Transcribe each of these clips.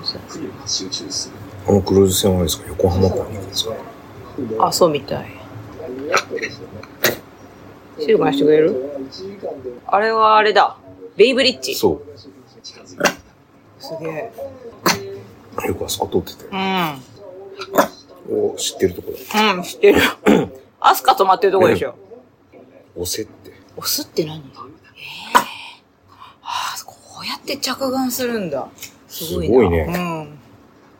ですよ。冬が集中する。あのクルーズ船はあれですか横浜港に行くんですかあ、そうみたい。静かにしてくれるあれはあれだ。ベイブリッジ。すそ近づいてきげえ。う。よくあそこ通ってて。うお知ってるとこだ。ん。うん、知ってる。アスカ止まってるとこでしょ。押せって。押すって何ええああ、こうやって着眼するんだ。すごいすな。ごいねうん。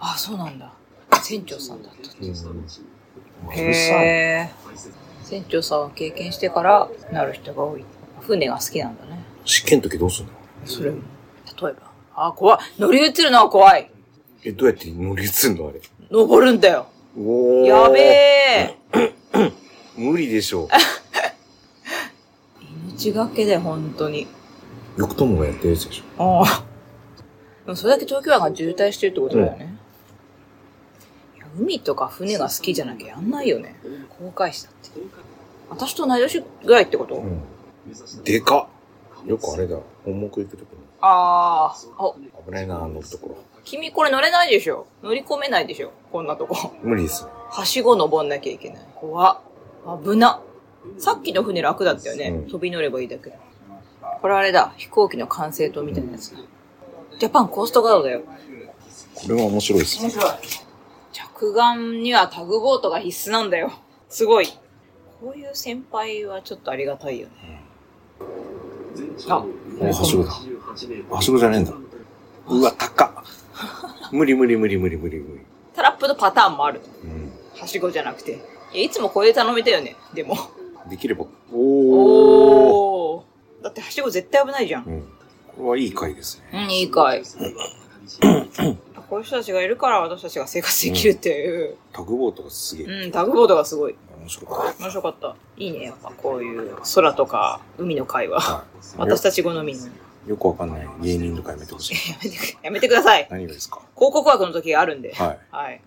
ああ、そうなんだ。船長さんだった。うん。へうるさい。え。船長さんは経験してからなる人が多い。船が好きなんだね。試験の時どうすんのそれも。例えば。ああ、怖い。乗り移るのは怖い。え、どうやって乗り移んのあれ。登るんだよ。おーやべえ。無理でしょ命がけで、本当に。う。よくともがやってるやつでしょ。ああ。でもそれだけ東京湾が渋滞してるってことだよね。いや海とか船が好きじゃなきゃやんないよね。航海士だって。私と同い年ぐらいってこと、うん。目指したでかっよくあれだ。本目行くときに。ああ。お、危ないな、乗るところ。君これ乗れないでしょ乗り込めないでしょこんなとこ。無理ですね。はしご登んなきゃいけない。怖っ。危な。さっきの船楽だったよね。うん飛び乗ればいいだけど。これあれだ。飛行機の管制塔みたいなやつだ。ジャパンコーストガードだよ。これは面白いですね。着岸にはタグボートが必須なんだよ。すごい。こういう先輩はちょっとありがたいよね。全長あお、はしごだ。 28メートはしごじゃねえんだ。うわ、高っ。無理無理無理無理無理無理。タラップのパターンもある。うん。はしごじゃなくて。いや、いつもこれで頼みたいよね。でも。できれば。おー。おお。だってはしご絶対危ないじゃん。うん。これはいい回ですね。うん、いいかい ル。。それはこういう人たちがいるから私たちが生活できるっていう。タグボートがすげえ。うん、タグボードがすごい。面白かっ面白かった。いいね、やっぱこういう空とか海の会た。話。は私たち好みの。やい。よくわかんない芸人とかやめてほしい。めてく、やめてください。何がですか広告枠の時があるんで。ははい。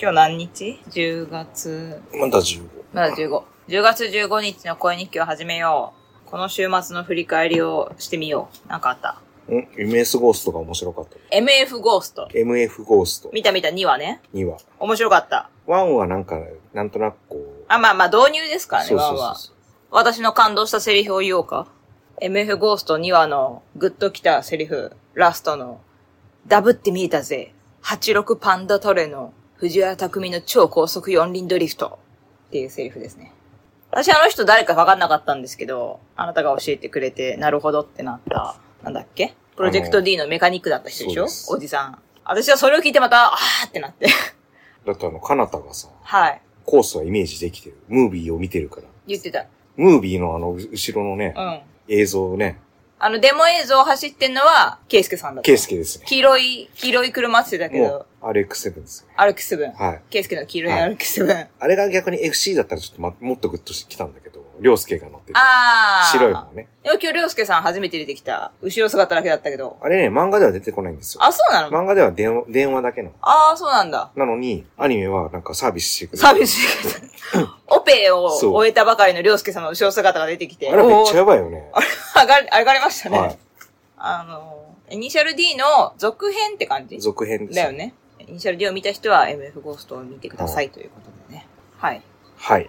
今日何日 ?10 月、い。まだ15。まだ15。10月15日の声日記を始めよう。この週末の振り返りをしてみよう。なんかあったうん、MS ゴーストが面白かった。 ?MF ゴースト。 MF ゴースト見た見た2話ね。 2話。面白かった。 1はなんか、なんとなくこう。あ、まあまあ導入ですからね、そうワそンうそうは。そう。私の感動したセリフを言おうか。MF ゴースト2話のグッときたセリフ、ラストの、ダブって見えたぜ。86パンダトレの藤原匠の超高速四輪ドリフトっていうセリフですね。私あの人誰か分かんなかったんですけど、あなたが教えてくれて、なるほどってなった、なんだっけプロジェクト D のメカニックだった人でしそうょですおじさん。私はそれを聞いてまた、あーってなって。 だってあの、かなたがさ、はい。コースはイメージできてる。ムービーを見てるから。言ってた。ムービーのあの、後ろのね、うん。映像をね、あの、デモ映像を走ってんのは、ケイスケさんだった。ケイスケですね。黄色い、黄色い車って言ってたけもど、う、RX7 ですね。歩きすぶん。はい。ケイスケの黄色いはい歩きすぶん。あれが逆に FC だったらちょっとま、もっとグッとしてきたんだけど、りょうすけが乗ってる。あー。白い方ね。でも今日、りょうすけさん初めて出てきた。後ろ姿だけだったけど。あれね、漫画では出てこないんですよ。あ、そうなの、漫画では電話電話だけなの。あー、そうなんだ。なのに、アニメはなんかサービスしてくれる。サービスして くれたオペをそう終えたばかりのりょうすけさんの後ろ姿が出てきて。あれめっちゃおーやばいよね。上がり、上がりましたね。はあの、イニシャル D の続編って感じい。続編です。だよ。ね。イニシャル D を見た人は MF ゴーストを見てくださいということでね。はい。はい。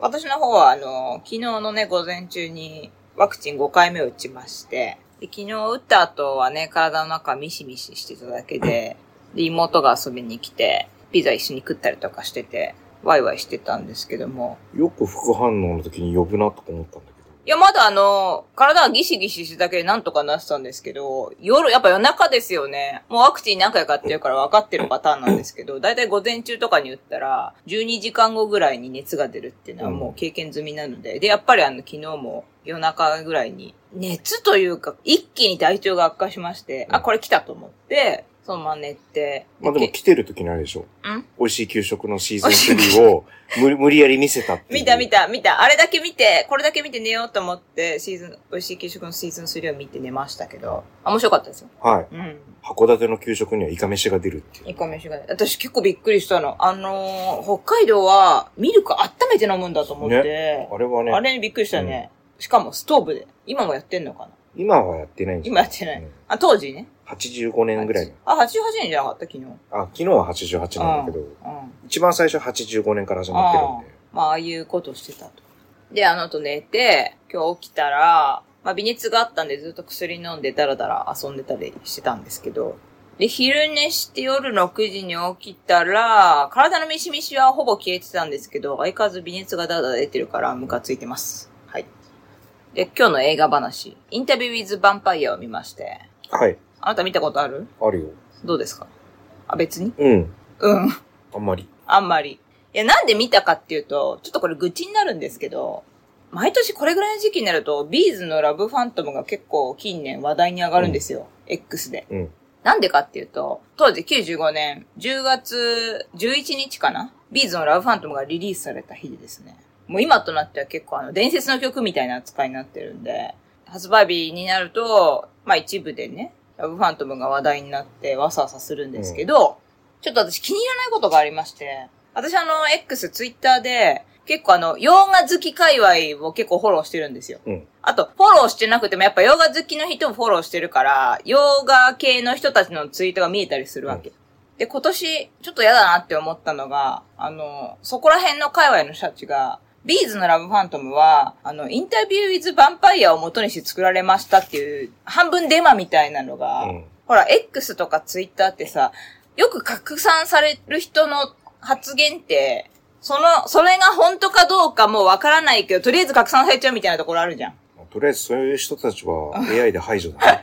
私の方は、あの、昨日のね、午前中にワクチン5回目を打ちまして、で昨日打った後はね、体の中ミシミシしてただけで、で、妹が遊びに来て、ピザ一緒に食ったりとかしてて、ワイワイしてたんですけども、よく副反応の時に呼ぶなとか思ったんだけど。いや、まだあの、体はギシギシしてただけでなんとかなってたんですけど、夜、やっぱ夜中ですよね。もうワクチン何回かやってるから分かってるパターンなんですけど、だいたい午前中とかに打ったら、12時間後ぐらいに熱が出るっていうのはもう経験済みなので、で、やっぱりあの、昨日も夜中ぐらいに、熱というか、一気に体調が悪化しまして、あ、これ来たと思って、そのまま寝て、まあでも来てる時にあれでしょ。うん美味しい給食のシーズン3を無理無理やり見せたっていう。見た見た見た。あれだけ見て、これだけ見て寝ようと思って、シーズン、美味しい給食のシーズン3を見て寝ましたけど、あ、面白かったですよ。はい。うん。函館の給食にはイカ飯が出るっていう。イカ飯がね。私結構びっくりしたの。あのー北海道はミルク温めて飲むんだと思って、あれはね、あれにびっくりしたね。しかもストーブで。今もやってんのかな今はやってないんじゃない今やってないうんあ、当時ね。 85年ぐらい。あ、88年じゃなかった昨日。うん。あ、昨日は88なんだけど、一番最初85年から始まってるんで。まあ、ああいうことしてたと。で、あの後寝て、今日起きたら、まあ、微熱があったんでずっと薬飲んでダラダラ遊んでたりしてたんですけど、で、昼寝して夜6時に起きたら、体のミシミシはほぼ消えてたんですけど、相変わらず微熱がダラダラ出てるからムカついてます。はい。で、今日の映画話、インタビューウィズ・ヴァンパイアを見まして、はい。あなた見たことあるあるよ。どうですかあ、別にうん。うん。あんまり。あんまり。いや、なんで見たかっていうと、ちょっとこれ愚痴になるんですけど、毎年これぐらいの時期になると、ビーズのラブファントムが結構近年話題に上がるんですよ。X で。うん。なんでかっていうと、当時95年10月11日かなビーズのラブファントムがリリースされた日でですね。もう今となっては結構あの伝説の曲みたいな扱いになってるんで、発売日になると、まあ一部でね、ラブファントムが話題になってわさわさするんですけど、ちょっと私気に入らないことがありまして、私あの X、ツイッターで、結構あの、洋画好き界隈を結構フォローしてるんですよ。うん。あと、フォローしてなくても、やっぱ洋画好きの人をフォローしてるから、洋画系の人たちのツイートが見えたりするわけ。で、今年、ちょっと嫌だなって思ったのが、あの、そこら辺の界隈の人たちが、ビーズのラブファントムは、あの、インタビューウィズ・ヴァンパイアを元にして作られましたっていう、半分デマみたいなのが、うん。ほら、X とか Twitter ってさ、よく拡散される人の発言って、その、それが本当かどうかもうわからないけど、とりあえず拡散されちゃうみたいなところあるじゃん。とりあえずそういう人たちは AI で排除だ ね。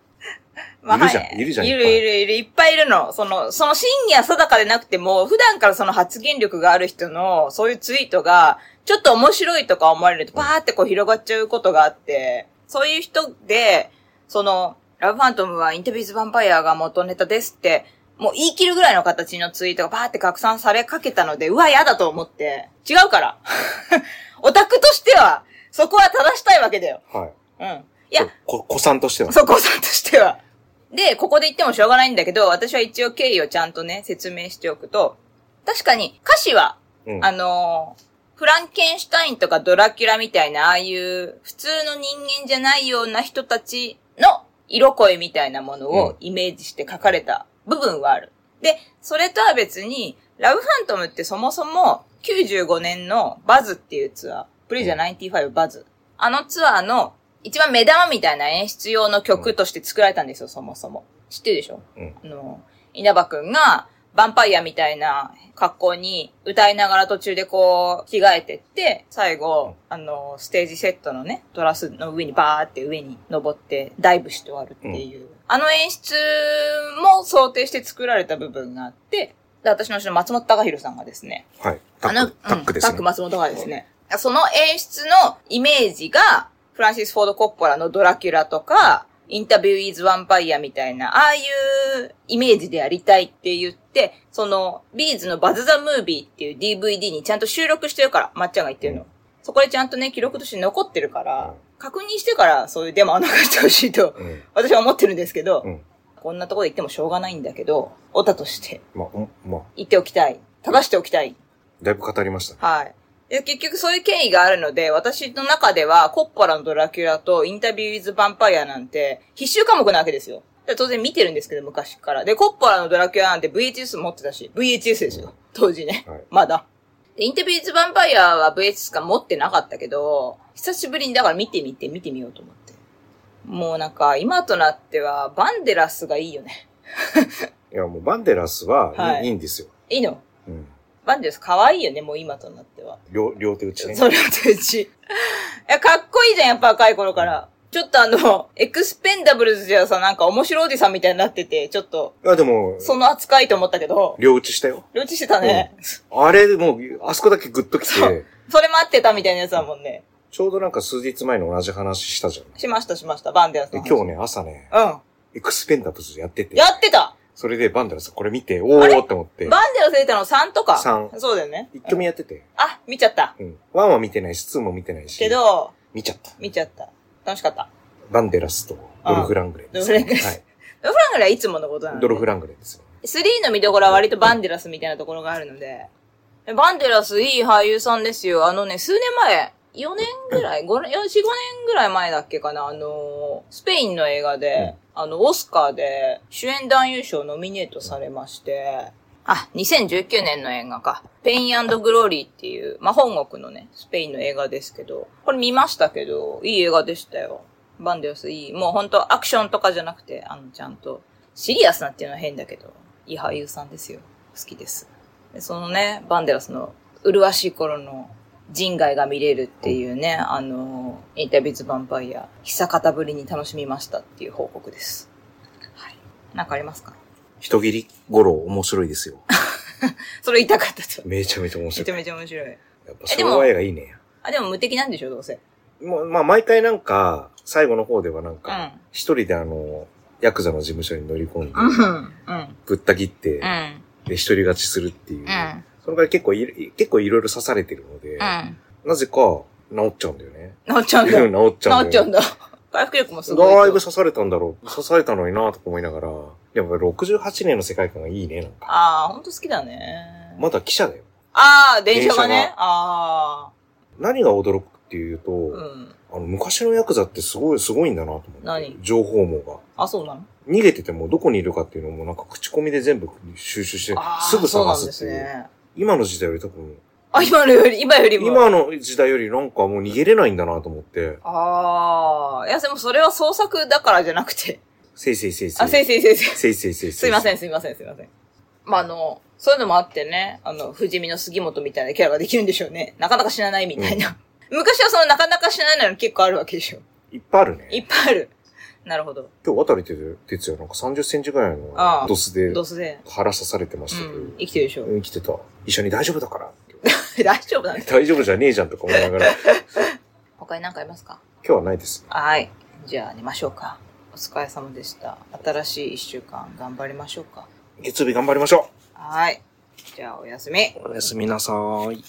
いるじゃんはいるじゃんいいっるぱいいるいる、いっぱいいるの。その、その真偽は定かでなくても、普段からその発言力がある人の、そういうツイートが、ちょっと面白いとか思われると、バーってこう広がっちゃうことがあって、そういう人で、その、ラブファントムはインタビューズヴァンパイアが元ネタですって、もう言い切るぐらいの形のツイートがバーって拡散されかけたので、うわ、嫌だと思って、違うから。 オタクとしては、そこは正したいわけだよ。はい。うん。いや、こ、子さんとしては。そこさんとしては。で、ここで言ってもしょうがないんだけど、私は一応経緯をちゃんとね、説明しておくと、確かに歌詞は、うん。あのーフランケンシュタインとかドラキュラみたいな、ああいう普通の人間じゃないような人たちの色恋みたいなものうをんイメージして書かれた部分はある。で、それとは別に、ラブファントムってそもそも95年のバズっていうツアー、プレジャー95バズ。あのツアーの一番目玉みたいな演出用の曲として作られたんですよ、そもそも。知ってるでしょうんあの、稲葉くんが、ヴァンパイアみたいな格好に歌いながら途中でこう、着替えてって、最後、あの、ステージセットのね、トラスの上にバーって上に登って、ダイブして終わるっていう。あの演出も想定して作られた部分があって、で私の後ろ松本隆弘さんがですね、はい。タあッのク、タックですうんタックね。松本がですね。その演出のイメージが、フランシス・フォード・コッポラのドラキュラとか、インタビュー・イズ・ワンパイアみたいな、ああいうイメージでやりたいって言って、その、ビーズのバズ・ザ・ムービーっていう DVD にちゃんと収録してるから、まっちゃんが言ってるの。うんそこでちゃんとね、記録として残ってるからうん、確認してからそういうデマを流してほしいと、うん。私は思ってるんですけど、うんこんなところで言ってもしょうがないんだけど、オタとしてまあ、うんまあ、言っておきたい。正しておきたい。だいぶ語りました。はい。で、結局そういう権威があるので、私の中では、コッパラのドラキュラとインタビューウィズ・ヴァンパイアなんて、必修科目なわけですよ。で当然見てるんですけど、昔から。で、コッパラのドラキュラなんて VHS 持ってたし、VHS ですよ。当時ね。はいまだ。で、インタビューウィズ・ヴァンパイアは VHS か持ってなかったけど、久しぶりにだから見てみて、見てみようと思って。もうなんか、今となっては、バンデラスがいいよね。いや、もうバンデラスははいいいいいんですよ。いいのうん。バンデラス可愛いよね、もう今となっては。両、両手打ちね。それとうち。いや、かっこいいじゃん、やっぱ若い頃から。ちょっとあの、エクスペンダブルズじゃさ、なんか面白おじさんみたいになってて、ちょっと、あ、でも、その扱いと思ったけど、両打ちしたよ。両置してたね。あれ、もう、あそこだけグッときそて、それ待ってたみたいなやつだもんね。ちょうどなんか数日前の同じ話したじゃん。しました、しました、バンデラスでの話。今日ね、朝ね、エクスペンダブルズやってうてん。や、ってたそれでバンデラスこれ見て、おーって思って、バンデラス出たの3とか。三そうだよね。一挙目やってて、あ、見ちゃった。うん。ワンは見てないし、ツーも見てないし、けど、見ちゃった。見ちゃった。楽しかった。バンデラスとドルフラングレンです、ああドルフラングレンはい。ドルフラングレンはいつものことなのドルフラングレンですよ。 3の見どころは割とバンデラスみたいなところがあるので、バンデラスいい俳優さんですよ。あのね、数年前、4年ぐらい、5、4、5年ぐらい前だっけかな、あのースペインの映画で、あの、オスカーで主演男優賞ノミネートされまして、あ、2019年の映画か。ペイングローリーっていう、まあ、本国のね、スペインの映画ですけど、これ見ましたけど、いい映画でしたよ。バンデオスいい。もうほんとアクションとかじゃなくて、あの、ちゃんと、シリアスなっていうのは変だけど、いい俳優さんですよ。好きです。でそのね、バンデラスの麗しい頃の人外が見れるっていうね、あの、インタビューズヴァンパイア、久方ぶりに楽しみましたっていう報告です。はい。なんかありますか人斬り五郎面白い ですよ。それ言いたかったと。めちゃめちゃ面め白いち。ゃめちゃ面白い。やっぱ昭和映画いいね。あ、でも無敵なんでしょ、どうせ。もうまあ毎回なんか、最後の方ではなんうん。か、一人であの、ヤクザの事務所に乗り込んで、うん。うん。ぶった切って、うん。で、一人勝ちするっていう。うん。そのからい結構い、結構いろいろ刺されてるので、うん。なぜか、治っちゃうんだよね。 治っちゃうんだ。治治っちゃうんっだちゃようん。だ。回復力もすごいと。だいぶ刺されたんだろう。刺されたのになとか思いながら、やっぱ68年の世界観がいいね、なんか。ああ、ほんと好きだね。まだ記者だよ。ああ、電車が電車ねが。あ何が驚くっていうと、あ。うん。あの、昔のヤクザってすごい、すごいんだなと思って。何情報網が。あ、そうなの逃げててもどこにいるかっていうのもなんか口コミで全部収集してああ、すぐ探そうなんですすっていう。ね。今の時代より多分、あ、今のより、今よりも。今の時代よりなんかもう逃げれないんだなと思って、ああ。いや、でもそれは創作だからじゃな くて。せいせいせいせい。あ、せいせいせいせい。せいせいせいせい。すいません。ん、すいません、すいません。まあ、あの、そういうのもあってね、あの、不死身の杉本みたいなキャラができるんでしょうね。なかなか死なないみたいな。 昔はそのなかなか死なないの結構あるわけでしょ。いっぱいあるね。いっぱいある。なるほど。今日渡りてる哲也なんか30センチぐらいのああドスでどうせ、腹刺されてまうしたけど、ん、生きてるでしょ。 うん生きてた。医者に大丈夫だから。大丈夫なんです。 大丈夫じゃねえじゃんとか思いなが ら、今他に何かありますか日はないです。はい。じゃあ寝ましょうか。お疲れ様でした。新しい一週間頑張りましょうか。月曜日頑張りましょはい。じゃあおやすみ。う。おやすみなさーい。